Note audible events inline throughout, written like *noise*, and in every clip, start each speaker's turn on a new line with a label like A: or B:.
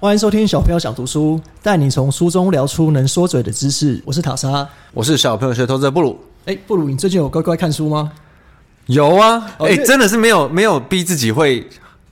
A: 欢迎收听小朋友想读书，带你从书中聊出能说嘴的知识。我是塔莎。
B: 我是小朋友学投资的布鲁。
A: 哎，布鲁，你最近有乖乖看书吗？
B: 有啊，
A: 哦
B: 哎、
A: 这
B: 真的是没有没有逼自己会，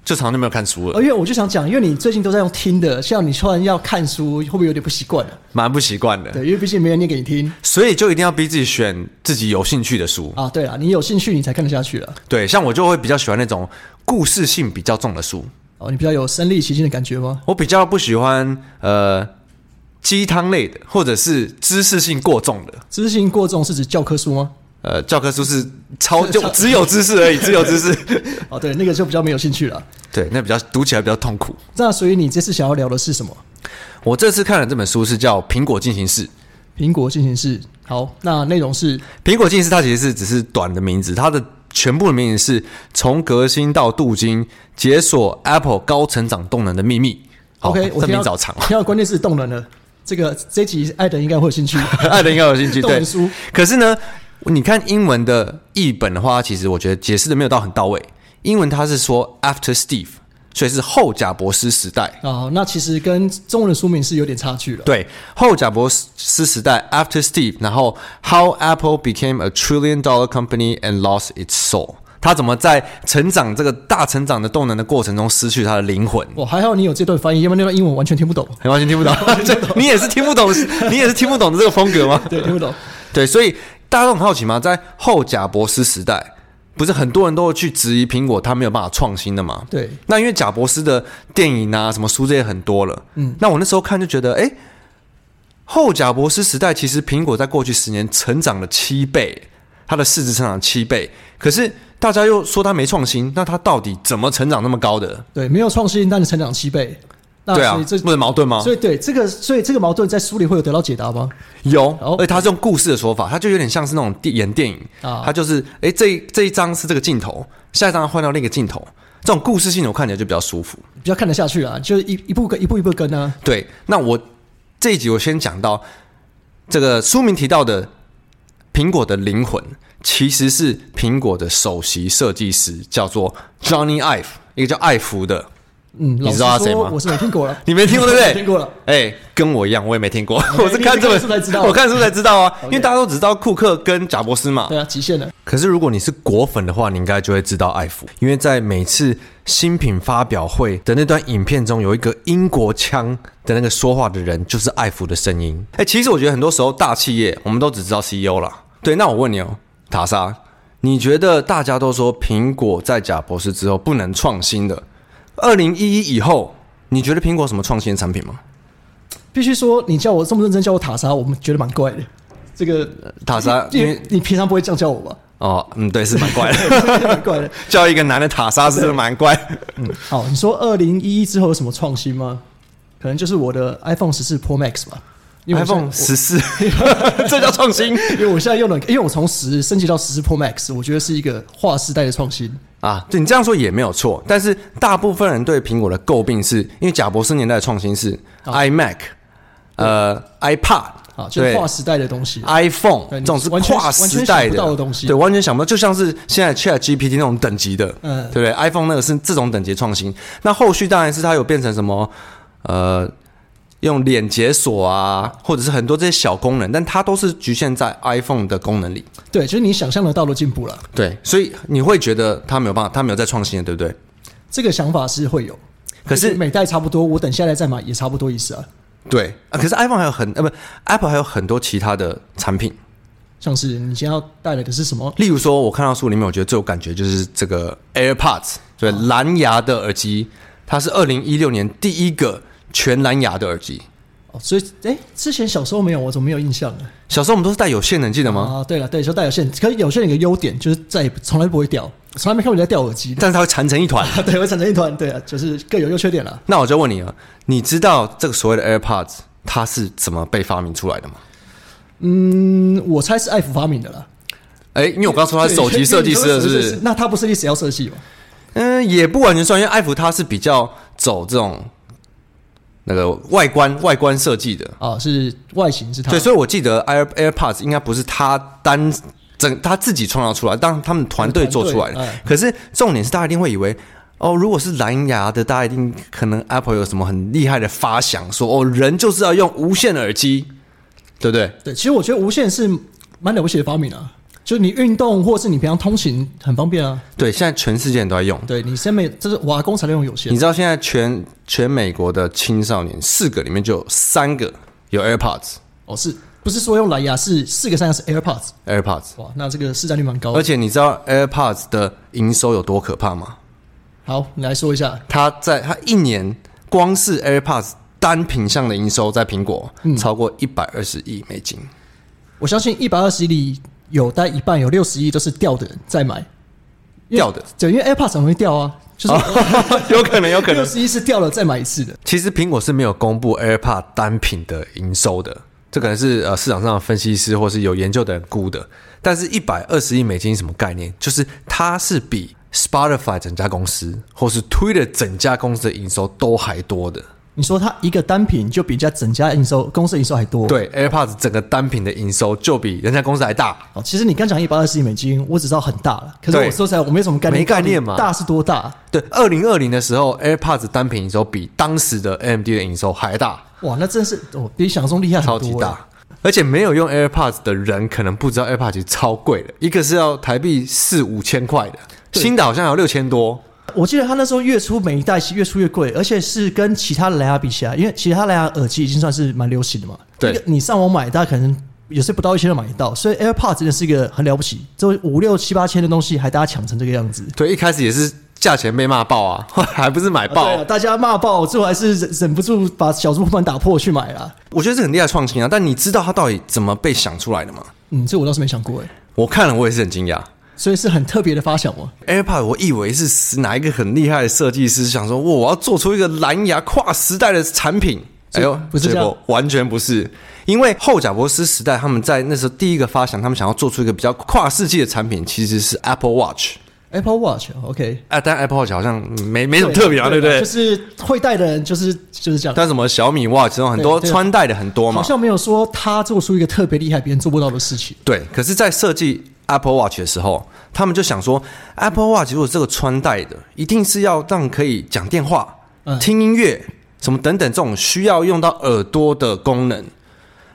B: 就常常没有看书
A: 哦，
B: 了，
A: 因为我就想讲，因为你最近都在用听的，像你突然要看书，会不会有点不习惯啊？
B: 蛮不习惯的，
A: 对，因为毕竟没人念给你听
B: 所以就一定要逼自己选自己有兴趣的书。
A: 啊。对啊，你有兴趣你才看得下去啊了。
B: 对，像我就会比较喜欢那种故事性比较重的书，
A: 哦，你比较有身临其境的感觉吗？
B: 我比较不喜欢呃鸡汤类的，或者是知识性过重的。
A: 知识性过重是指教科书吗？
B: 呃，教科书是 *laughs* 超就只有知识而已，只有知识。 *laughs*
A: 哦，对，那个就比较没有兴趣了。
B: 对，那比较读起来比较痛苦。
A: 那所以你这次想要聊的是什么？
B: 我这次看的这本书是叫《苹果进行式》，
A: 苹果进行式。好，那内容是
B: 苹果进士它其实是只是短的名字，它的全部的名字是从革新到镀金，解锁 Apple 高成长动能的秘密。好
A: OK，我
B: 这
A: 听
B: 名
A: 到
B: 字好
A: *laughs*
B: *laughs* 长哦。
A: 听到关键字动人了，这个这一集艾德应该会有兴趣。
B: 爱的应该有兴趣，
A: 动
B: 对
A: 能书。
B: 可是呢，你看英文的译本的话，其实我觉得解释的没有到很到位。英文它是说 After Steve，所以是后贾伯斯时代。
A: 哦，那其实跟中文的书名是有点差距了。
B: 对，后贾伯斯时代 （After Steve），然后 How Apple Became a Trillion Dollar Company and Lost Its Soul。它怎么在成长这个大成长的动能的过程中失去它的灵魂？
A: 我哦还好你有这段翻译，要不然那段英文完全听不懂。
B: 很抱歉听不懂，你也是听不懂，你也是听不懂的这个风格吗？
A: 对，听不懂。
B: *laughs* 对，所以大家都很好奇嘛，在后贾伯斯时代，不是很多人都会去质疑苹果它没有办法创新的吗？
A: 对，
B: 那因为贾伯斯的电影啊、什么书这些很多了，
A: 嗯
B: 嗯，那我那时候看就觉得，哎、后贾伯斯时代其实苹果在过去十年成长了七倍，它的市值成长了七倍，可是大家又说它没创新，那它到底怎么成长那么高的？
A: 对，没有创新，但是成长七倍。那
B: 对啊
A: 所以，这
B: 不是矛盾吗？
A: 所以对这个，所以这个矛盾在书里会有得到解答吗？
B: 有
A: 哦，
B: 而且它是用故事的说法，它就有点像是那种电演电影
A: 啊
B: 它就是哎、诶这一这一张是这个镜头，下一张换到另一个镜头，这种故事性我看起来就比较舒服。
A: 比较看得下去啊，就是一一步跟一步一步跟啊。
B: 对，那我这一集我先讲到这个书名提到的苹果的灵魂，其实是苹果的首席设计师，叫做 Johnny Ive，一个叫艾弗的。
A: 嗯，老
B: 你
A: 实
B: 知道他谁
A: 说
B: 吗
A: 我是没听过了
B: *laughs* ，你没听过对不对？
A: 没 *laughs* 听过了。哎
B: 哎、跟我一样，我也没听过。 *laughs* 我是看这本
A: 你是看书才知道
B: *laughs* 我看书才知道啊，因
A: OK
B: 为大家都只知道库克跟贾伯斯嘛。
A: 对啊，极限了。
B: 可是如果你是果粉的话，你应该就会知道艾芙，因为在每次新品发表会的那段影片中，有一个英国腔的那个说话的人，就是艾芙的声音。哎、其实我觉得很多时候大企业我们都只知道 CEO 啦。对，那我问你哦，塔莎，你觉得大家都说苹果在贾博士之后不能创新的，二零一一以后，你觉得苹果有什么创新的产品吗？
A: 必须说，你叫我这么认真叫我塔莎，我们觉得蛮怪的。这个
B: 塔 *laughs* 莎，
A: 你
B: 因为
A: 你平常不会这样叫我吧？ *laughs*
B: 哦，嗯，对，是蛮怪的， *laughs*
A: 蛮怪的。
B: 叫一个男的塔莎是真的蛮怪。
A: 好，你说二零一一之后有什么创新吗？可能就是我的 iPhone 十四 Pro Max 吧。因为我现在
B: iPhone 十四， *laughs* 这叫创新
A: 因为我现在用的，因为我从十升级到十四 Pro Max，我觉得是一个划时代的创新。
B: *laughs* 啊！对你这样说也没有错，但是大部分人对苹果的诟病是因为贾伯斯年代的创新是 iMac，呃，iPad
A: 啊，哦就是
B: 对
A: 划时代的东西。
B: iPhone
A: 对
B: 这
A: 你
B: 种是
A: 完全
B: 跨
A: 完
B: 时代
A: 全想不
B: 的
A: 到的东西
B: 对，完全想不到，就像是现在 Chat GPT 那种等级的，
A: 嗯
B: 嗯，对不对？iPhone 那个是这种等级的创新，那后续当然是它有变成什么，呃，用脸解锁啊，或者是很多这些小功能，但它都是局限在 iPhone 的功能里。
A: 对，就是你想象得到的进步了。
B: 对，所以你会觉得他没有办法，他没有在创新了，对不对？
A: 这个想法是会有，
B: 可
A: 就是每代差不多，我等下来再买也差不多意思啊。
B: 对啊，可是 iPhone 还有很呃不，Apple 还有很多其他的产品，
A: 像是你今天要带来的是什么？
B: 例如说，我看到书里面，我觉得最有感觉就是这个 AirPods，对，蓝牙的耳机，它是二零一六年第一个全蓝牙的耳机。
A: 哦，所以哎，之前小时候没有，我怎么没有印象呢？
B: 小时候我们都是戴有线的，你记得吗？
A: 啊，对了，对，就带有线，可是有线有一个优点就是再也不从来都不会掉，从来没看过人家掉耳机的。
B: 但是它会缠成一团。 *laughs*
A: *laughs* 对，会产生一团，对啊，就是各有优缺点了。
B: 那我就问你啊，你知道这个所谓的 AirPods 它是怎么被发明出来的吗？
A: 嗯，我猜是艾弗发明
B: *laughs*
A: 的啦。
B: 哎，因为我刚说它是手机设计师的，是不是？
A: 那他不设计谁要设计吗？
B: 嗯，也不完全算，因为艾弗它是比较走这种那个外观外观设计的，
A: 啊，是外形是他。
B: 对，所以我记得 Air AirPods 应该不是他单整他自己创造出来，当他们团队做出来
A: 团队哎
B: 的。可是重点是大家一定会以为哦，如果是蓝牙的，大家一定可能 Apple 有什么很厉害的发想，说哦，人就是要用无线耳机，对不对？
A: 对，其实我觉得无线是蛮了不起的发明啊，就是你运动或是你平常通勤很方便啊。
B: 对，现在全世界人都在用。
A: 对你身边这是瓦工才能用有线
B: 你，知道现在全全美国的青少年四个里面就有三个有 AirPods。
A: 哦，是不是说用蓝牙是四个三个是 AirPods？
B: AirPods，
A: 哇，那这个市占率蛮高
B: 而
A: 的。
B: 且你知道 AirPods 的营收有多可怕吗？
A: 好，你来说一下，
B: 它在它一年光是 AirPods 单品项的营收在苹果、超过一百二十亿美金，
A: 我相信一百二十亿里有带一半有六十亿都是掉的人在买，因为
B: 掉的
A: 对，因为 AirPods 很容易掉啊，
B: 哦
A: 就是
B: *laughs* 有可能，有可
A: 六
B: 能。
A: 十亿是掉了再买一次的。
B: *laughs* 其实苹果是没有公布 AirPod 单品的营收的，这可能是呃市场上的分析师或是有研究的人估的。但是，一百二十亿美金是什么概念？就是它是比 Spotify 整家公司或是 Twitter 整家公司的营收都还多的。
A: 你说它一个单品就比人家整家营收公司营收还多，。
B: 对，AirPods 整个单品的营收就比人家公司还大。
A: 哦，其实你刚讲一百二十亿美金，我只知道很大了，可是
B: 对
A: 我说实在我没什么概念，
B: 没概念嘛
A: 到底大是多大？
B: 对，二零二零的时候，AirPods 单品营收比当时的 AMD 的营收还大，
A: 哇，那真是哦，比想象中厉害很
B: 超
A: 多，欸
B: 级大。而且没有用 AirPods 的人可能不知道 AirPods 其实超贵的，一个是要台币四五千块的，
A: 对
B: 新的好像要六千多。
A: 我记得他那时候月初每一代是越出越贵，而且是跟其他蓝牙比起来，因为其他蓝牙耳机已经算是蛮流行的嘛。
B: 对
A: 一个你上网买，大家可能也是不到一千就买得到，所以 AirPods 真的是一个很了不起，这五六七八千的东西还大家抢成这个样子。
B: 对，一开始也是价钱被骂爆啊， *laughs* 后来还不是买爆。
A: 对啊，大家骂爆，最后还是忍忍不住把小猪盘打破去买啦。
B: 我觉得这很厉害的创新啊，但你知道它到底怎么被想出来的吗？
A: 嗯，这我倒是没想过哎，
B: 我看了我也是很惊讶。
A: 所以是很特别的发想哦。
B: AirPod 我以为是哪一个很厉害的设计师想说，哇，我要做出一个蓝牙跨时代的产品。哎
A: 以
B: 呦，
A: 不是
B: 结
A: 这样
B: 果完全不是，因为后贾伯斯时代，他们在那时候第一个发想，他们想要做出一个比较跨世纪的产品，其实是 Apple Watch。
A: Apple Watch，OK，、
B: 啊，但 Apple Watch 好像没没什么特别啊嘛，对不
A: 就
B: 对？
A: 是会戴的人就是就是这样。
B: 但什么小米 Watch 这种很多
A: 对对
B: 穿戴的很多
A: 好
B: 嘛，
A: 像没有说他做出一个特别厉害、别人做不到的事情。
B: 对。可是，在设计 Apple Watch 的时候，他们就想说，Apple Watch 如果这个穿戴的，一定是要让可以讲电话、
A: 嗯
B: 听音乐什么等等这种需要用到耳朵的功能。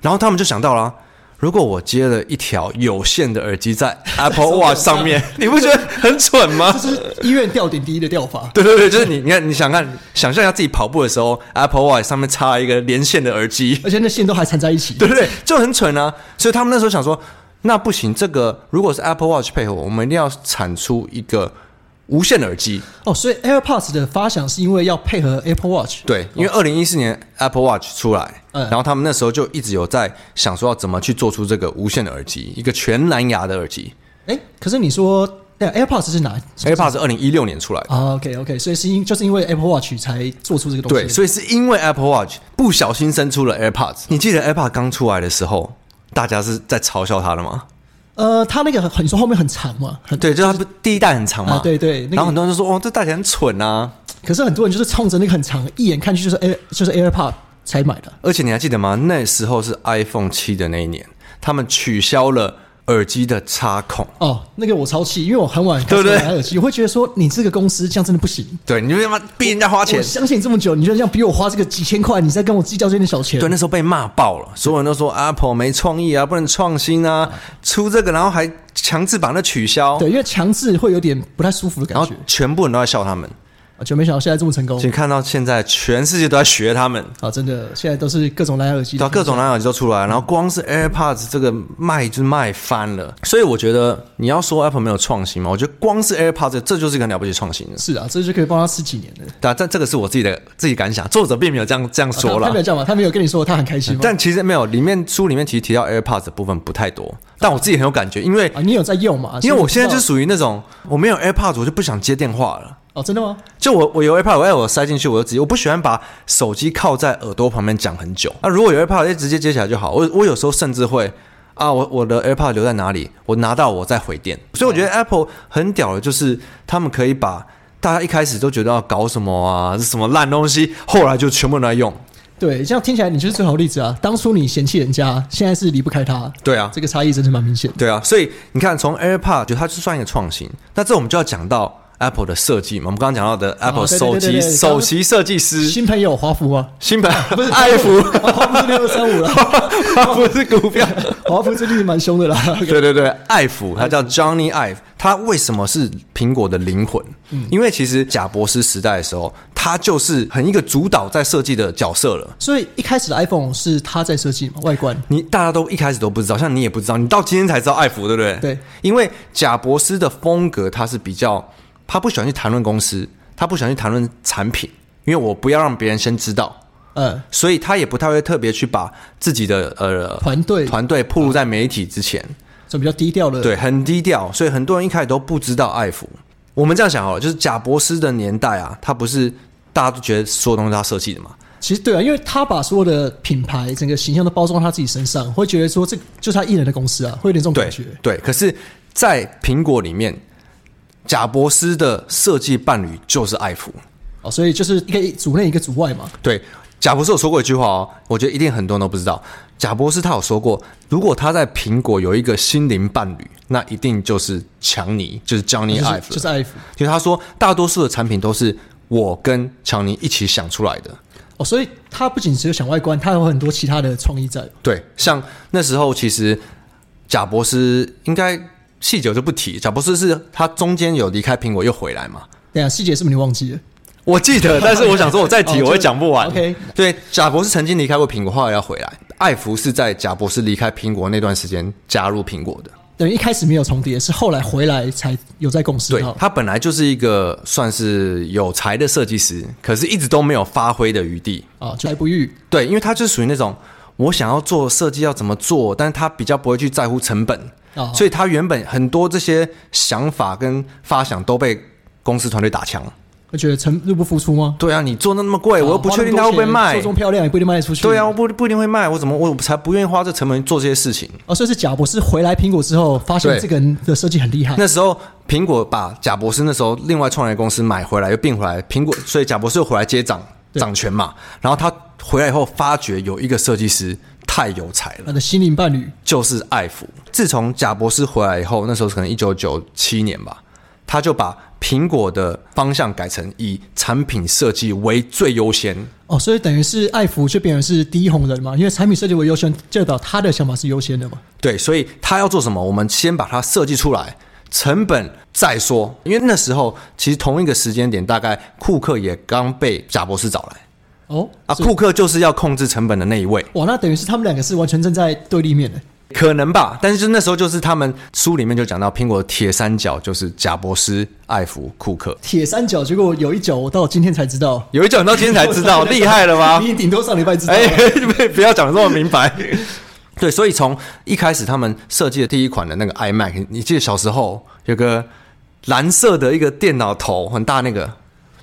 B: 然后他们就想到了、如果我接了一条有线的耳机在 Apple Watch 上面，你不觉得很蠢吗？
A: 这是医院吊顶第一的吊法。
B: 对对对，就是你，你看，你想看，想象一下自己跑步的时候，Apple Watch 上面插了一个连线的耳机，
A: 而且那线都还缠在一起。
B: *laughs* 对不对？就很蠢啊。所以他们那时候想说，那不行，这个如果是 Apple Watch 配合，我们一定要产出一个无线耳机。
A: 哦，所以 AirPods 的发想是因为要配合 Apple Watch。
B: 对，因为二零一四年 Apple Watch 出来，
A: 哦嗯
B: 然后他们那时候就一直有在想说要怎么去做出这个无线的耳机，一个全蓝牙的耳机。
A: 哎，可是你说对 AirPods 是哪
B: AirPods 是二零一六年出来的。
A: 啊？OK OK，所以是因就是因为 Apple Watch 才做出这个东西。
B: 对，所以是因为 Apple Watch 不小心生出了 AirPods。你记得 AirPods 刚出来的时候，大家是在嘲笑它的吗？
A: 呃，它那个很你说后面很长嘛，很
B: 对，就是它不第一代很长嘛，
A: 啊对对那个
B: 然后很多人就说，哦，这戴起来很蠢啊。
A: 可是很多人就是冲着那个很长，一眼看去就是 Air 就是 AirPod 才买的。
B: 而且你还记得吗？那时候是 iPhone 七的那一年，他们取消了耳机的插孔。
A: 哦，那个我超气，因为我很晚
B: 对不对
A: 开始买耳机，我会觉得说你这个公司这样真的不行。
B: 对，你就他妈逼人家花钱
A: 我。相信你这么久，你就这样逼我花这个几千块，你在跟我计较这点小钱。
B: 对，那时候被骂爆了，所有人都说 Apple 没创意啊，不能创新啊，出这个然后还强制把那取消，
A: 对，因为强制会有点不太舒服的
B: 然
A: 感
B: 后
A: 觉，
B: 全部人都在笑他们。
A: 啊就没想到现在这么成功
B: 其实。看到现在，全世界都在学他们，
A: 啊，真的，现在都是各种蓝牙耳机，
B: 啊到各种蓝牙耳机都出来，然后光是 AirPods 这个卖就卖翻了。所以我觉得你要说 Apple 没有创新嘛，我觉得光是 AirPods 这就是一个很了不起的创新了。
A: 是啊，这就可以帮他吃几年了。
B: 但啊但这个是我自己的自己感想，作者并没有这样这样说
A: 啊哦他他
B: 啦
A: 没。有这样嘛？他没有跟你说他很开心吗？
B: 但其实没有，里面书里面其实提到 AirPods 的部分不太多，但我自己很有感觉，因为
A: 啊，你有在用嘛？
B: 因为我
A: 所
B: 现
A: 以
B: 在
A: 你知道
B: 就属于那种我没有 AirPods 我就不想接电话了。
A: 哦，真的吗？
B: 就我我有 AirPod，我要我塞进去，我就直接我不喜欢把手机靠在耳朵旁边讲很久。那、如果有 AirPod，就直接接起来就好。我我有时候甚至会啊，我我的 AirPod 留在哪里？我拿到我再回电。所以我觉得 Apple 很屌的，就是他们可以把大家一开始都觉得要搞什么啊，这什么烂东西，后来就全部拿来用。
A: 对，这样听起来你就是最好的例子啊！当初你嫌弃人家，现在是离不开他，
B: 对啊，
A: 这个差异真是蛮明显的。
B: 对啊，所以你看，从 AirPod 就它就算一个创新，那这我们就要讲到 Apple 的设计嘛，我们刚刚讲到的 Apple
A: 对对
B: 首
A: 对对
B: 席
A: 对刚
B: 首席设计师
A: 新朋友华福吗？
B: 新版爱福，
A: 华福是六三
B: *laughs*
A: 五了，
B: 不是
A: *laughs*
B: 股票。
A: 华福最近蛮凶的啦。
B: 对对对，艾
A: 嗯
B: 弗他叫 Johnny Ive，他为什么是苹果的灵魂？
A: 嗯
B: 因为其实贾博士时代的时候，他就是很一个主导在设计的角色了。
A: *laughs* 所以一开始的 iPhone 是他在设计嘛，外观。
B: 你大家都一开始都不知道，像你也不知道，你到今天才知道艾弗，对不对？
A: 对，
B: 因为贾博士的风格他是比较，他不喜欢去谈论公司，他不喜欢去谈论产品，因为我不要让别人先知道。
A: 嗯，
B: 所以他也不太会特别去把自己的呃
A: 团队
B: 团队暴露在媒体之前，
A: 这比较低调的。，
B: 对，很低调，所以很多人一开始都不知道艾弗。我们这样想好了，就是贾博士的年代啊，他不是大家都觉得所有东西他设计的嘛？
A: 其实对啊，因为他把所有的品牌整个形象都包装在他自己身上，会觉得说这就是他艺人的公司啊，会有点这种
B: 对
A: 感觉。
B: 对。可是，在苹果里面，贾博士的设计伴侣就是艾弗。
A: 哦，所以就是一个组内一个组外嘛。
B: 对，贾博士有说过一句话哦，我觉得一定很多人都不知道。贾博士他有说过，如果他在苹果有一个心灵伴侣，那一定就是强尼，就是 Johnny
A: 就是
B: Ive，了
A: 就是艾弗
B: 就是他说，大多数的产品都是我跟强尼一起想出来的。
A: 哦，所以他不仅只有想外观，他有很多其他的创意在。
B: 对，像那时候其实贾博士应该细节我就不提，贾博士是他中间有离开苹果又回来嘛。
A: 等一下细节是不是你忘记了？
B: 我记得，但是我想说，我再提
A: *laughs* 哦
B: 我会讲不完。
A: 就 OK
B: 对，贾博士曾经离开过苹果，后来要回来。艾弗是在贾博士离开苹果那段时间加入苹果的。
A: 等于一开始没有重叠，是后来回来才有在共识
B: 对
A: 到。
B: 他本来就是一个算是有才的设计师，可是一直都没有发挥的余地。
A: 啊，就来不遇。
B: 对，因为他就属于那种我想要做设计要怎么做，但是他比较不会去在乎成本，
A: 哦
B: 所以他原本很多这些想法跟发想都被公司团队打枪。
A: 我觉得成入不敷出吗？
B: 对啊，你做那么贵，我又不
A: 哦花
B: 确
A: 那
B: 定
A: 么
B: 它
A: 多
B: 会不会
A: 钱
B: 卖
A: 做。嗯中漂亮也不一定卖得出去。
B: 对啊，我不不一定会卖，我怎么我才不愿意花这成本做这些事情。
A: 哦，所以是贾博士回来苹果之后，发现
B: 对
A: 这个人的设计很厉害。
B: 那时候苹果把贾博士那时候另外创业公司买回来又并回来，苹果所以贾博士又回来接掌
A: 对
B: 掌权嘛。然后他回来以后发觉有一个设计师太有才了
A: 他。的心灵伴侣
B: 就是艾弗。自从贾博士回来以后，那时候可能一九九七年吧，他就把苹果的方向改成以产品设计为最优先。
A: 哦，所以等于是艾弗就变成是第一红人嘛，因为产品设计为优先，就代表他的想法是优先的嘛。
B: 对，所以他要做什么，我们先把它设计出来，成本再说。因为那时候其实同一个时间点，大概库克也刚被贾博士找来
A: 哦，
B: 啊，
A: 所以
B: 库克就是要控制成本的那一位。
A: 哇，那等于是他们两个是完全站在对立面的。
B: 可能吧，但是就那时候就是他们书里面就讲到苹果的铁三角就是贾博士、艾弗、库克，
A: 铁三角，结果有一角我到今天才知道，
B: 有一讲到今天才知 *laughs* 道，厉害了吧？
A: *laughs* 你顶多上礼拜知道了。
B: 哎， *laughs* 不不要讲得这么明白。 *laughs* 对，所以从一开始他们设计的第一款的那个 iMac，你记得小时候有个蓝色的一个电脑头，很大那个。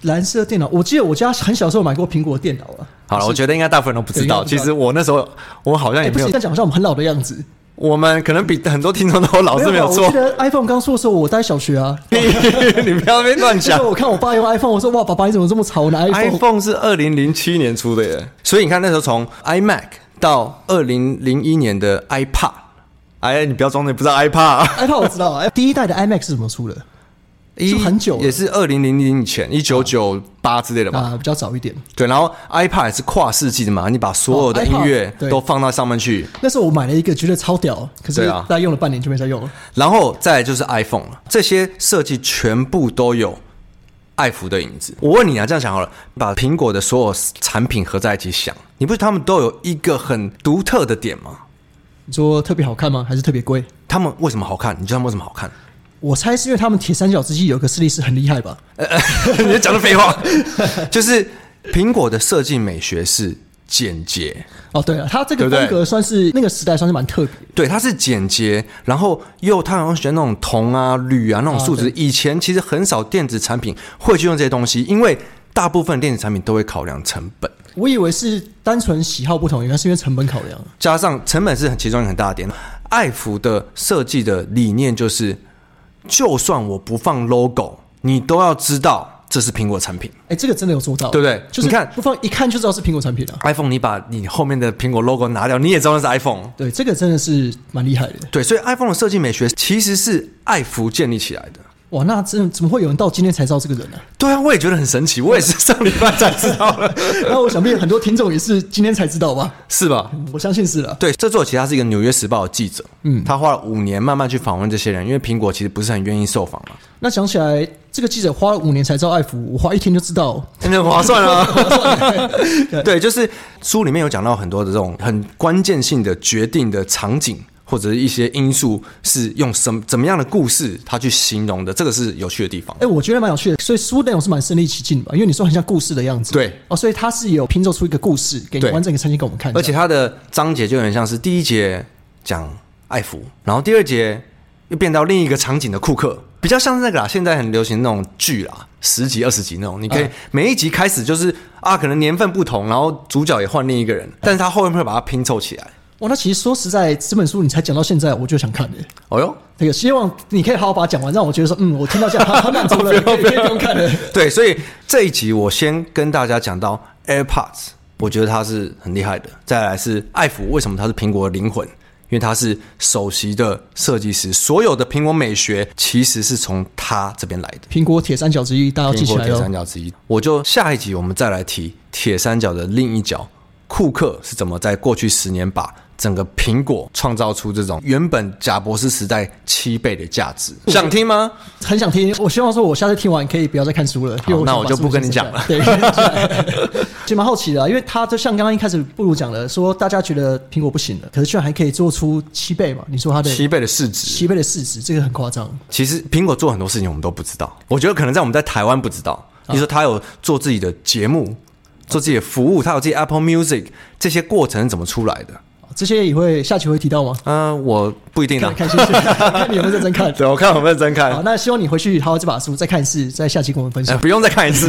A: 蓝色电脑，我记得我家很小时候买过苹果电脑啊了。
B: 好了，我觉得应该大部分人都不知
A: 对应该
B: 道。
A: 不知
B: 其
A: 道
B: 实我那时候我好像
A: 哎、
B: 也
A: 不是，
B: 没有
A: 这，样讲好像我们很老的样子。
B: 我们可能比很多听众都哦老是没有
A: 我
B: 错
A: *laughs* 记。得 iPhone 刚出的时候，我待小学啊。
B: 你 *laughs* 你不要在那边乱
A: 结 *laughs*
B: 讲
A: 果。我看我爸用 iPhone，我说哇，爸爸你怎么这么潮？我拿 iPhone，,
B: iPhone 是二零零七年出的耶，所以你看那时候从 iMac 到二零零一年的 iPad，哎，你不要装的不知道 iPad 啊。
A: iPhone 我知道， *laughs* 哎，第一代的 iMac 是怎么出的？
B: 一
A: 是很久了
B: 也是二零零零以前，一九九八之类的吧。
A: 啊，比较早一点。
B: 对，然后 iPad 也是跨世纪的嘛，你把所有的
A: 哦
B: 音乐
A: iPod，对
B: 都放到上面去，
A: 那时候我买了一个，觉得超屌，可是
B: 对啊
A: 大概用了半年就没再用了。
B: 然后再来就是 iPhone 了。这些设计全部都有艾弗的影子。我问你啊，这样想好了，把苹果的所有产品合在一起想，你不是他们都有一个很独特的点吗？
A: 你说特别好看吗？还是特别贵？
B: 他们为什么好看？你觉得他们为什么好
A: *laughs*
B: 看？
A: 我猜是因为他们铁三角之际有个设计师很厉害吧？
B: 你在讲的废话， *laughs* 就是苹果的设计美学是简洁，
A: 哦，对了，他这个
B: 对不对
A: 风格算是那个时代算是蛮特别的。
B: 对，它是简洁，然后又它好像选那种铜啊、铝啊那种
A: 啊
B: 树脂。
A: 对
B: 以前其实很少电子产品会去用这些东西，因为大部分电子产品都会考量成本，
A: 我以为是单纯喜好不同，原来是因为成本考量。
B: 加上成本是很其中一个很大的点。爱芙的设计的理念就是，就算我不放 logo，你都要知道这是苹果产品。
A: 哎，这个真的有做到，
B: 对不对
A: 就是
B: 你看
A: 不放一看就知道是苹果产品啊。
B: iPhone，你把你后面的苹果 logo 拿掉，你也知道那是 iPhone。
A: 对，这个真的是蛮厉害的。
B: 对，所以 iPhone 的设计美学其实是爱芙建立起来的。
A: 哇，那真的怎么会有人到今天才知道这个人 *laughs* 呢、
B: 对啊，我也觉得很神奇，我也是上礼拜才知道的，
A: 然后我想必很多听众也是今天才知道吧？
B: 是吧？
A: 我相信是了。
B: 对，这作其他是一个《纽约时报》的记者，嗯，他花了五年慢慢去访问这些人，因为苹果其实不是很愿意受访 *laughs* 嘛，
A: 那想起来，这个记者花了五年才知道艾福，我花一天就知道。
B: 真的划算啊！ *laughs* 对，就是书里面有讲到很多的这种很关键性的决定的场景。或者是一些因素是用什么怎么样的故事，它去形容的，这个是有趣的地方
A: 哎、。我觉得蛮有趣的，所以书内容是蛮身临其境的吧，因为你说很像故事的样子。
B: 对
A: 哦，所以它是有拼凑出一个故事，给你
B: 对
A: 完整的呈现给我们看。
B: 而且它的章节就有点像是第一节讲艾弗，然后第二节又变到另一个场景的库克，比较像是那个啦，现在很流行那种剧啦，十集、二十集那种，你可以每一集开始就是啊，可能年份不同，然后主角也换另一个人，但是他后面会把它拼凑起来。
A: 哇，那其实说实在，这本书你才讲到现在，我就想 *laughs* 看的。
B: 哦哟，
A: 那个希望你可以好好把它讲完，让我觉得说，嗯，我听到这样，他满足了，可以可 *laughs* 以不用看了。
B: 对，所以这一集我先跟大家讲到 AirPods，我觉得它是很厉害的。再来是艾弗，为什么它是苹果的灵魂？因为它是首席的设计师，所有的苹果美学其实是从他这边来的。
A: 苹果铁三角之一，大家要记
B: 苹
A: 起
B: 果
A: 来
B: 铁
A: 哦
B: 三。角之一，我就下一集我们再来提铁三角的另一角，库克是怎么在过去十年把整个苹果创造出这种原本贾博士时代七倍的价值。想听吗？
A: 很想听，我希望说，我下次听完可以不要再看书了。因为
B: 那
A: 想
B: 我
A: 把
B: 就
A: 书
B: 不
A: 先
B: 跟你
A: 删
B: 讲
A: 掉 *laughs* 对， *laughs* 其实蛮好奇的啊、因为他就像刚刚一开始布鲁讲的，说大家觉得苹果不行了，可是居然还可以做出七倍嘛？你说它的
B: 七倍的市值，
A: 七倍的市值，这个很夸张。
B: 其实苹果做很多事情我们都不知道，我觉得可能在我们在台湾不知道。你说他有做自己的节目，做自己的服务，他有自己 Apple Music，这些过程是怎么出来的？
A: 这些也会下期会提到
B: *laughs*
A: 吗？
B: 嗯、我不一定啊
A: 看。看心情，看你有没有认真看。
B: 对，我看我认真看
A: 好，，那希望你回去好好这把书再看一次，在下期跟我们分
B: 哎 *laughs*
A: 享。
B: 不用再看一次。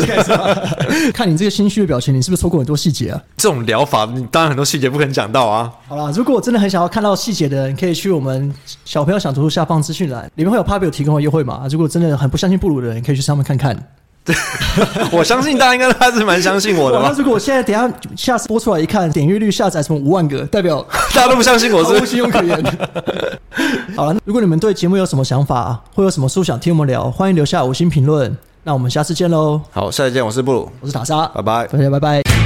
A: 看你这个心虚的表情，你是不是错过很多细节啊？
B: 这种疗法，你当然很多细节不可能讲到啊。
A: 好啦，如果真的很想要看到细节的，你可以去我们小朋友想读书下方资讯栏，里面会有 p a b i o 提供的优惠码。啊如果真的很不相信布鲁的人，可以去上面看看。
B: 我相信大家应该还是蛮相信我的
A: 哇那
B: 吧？
A: 如果我现在等一下下次播出来一看，点阅率下载什么五万个，代表
B: 大家都不相信我
A: 毫无
B: 是
A: 信用可言。
B: *laughs*
A: 好了，如果你们对节目有什么想法，啊或有什么书想听我们聊，欢迎留下五星评论。那我们下次见喽，
B: 好，下一见，我是布鲁，
A: 我是塔莎，
B: 拜拜。
A: 大家拜拜。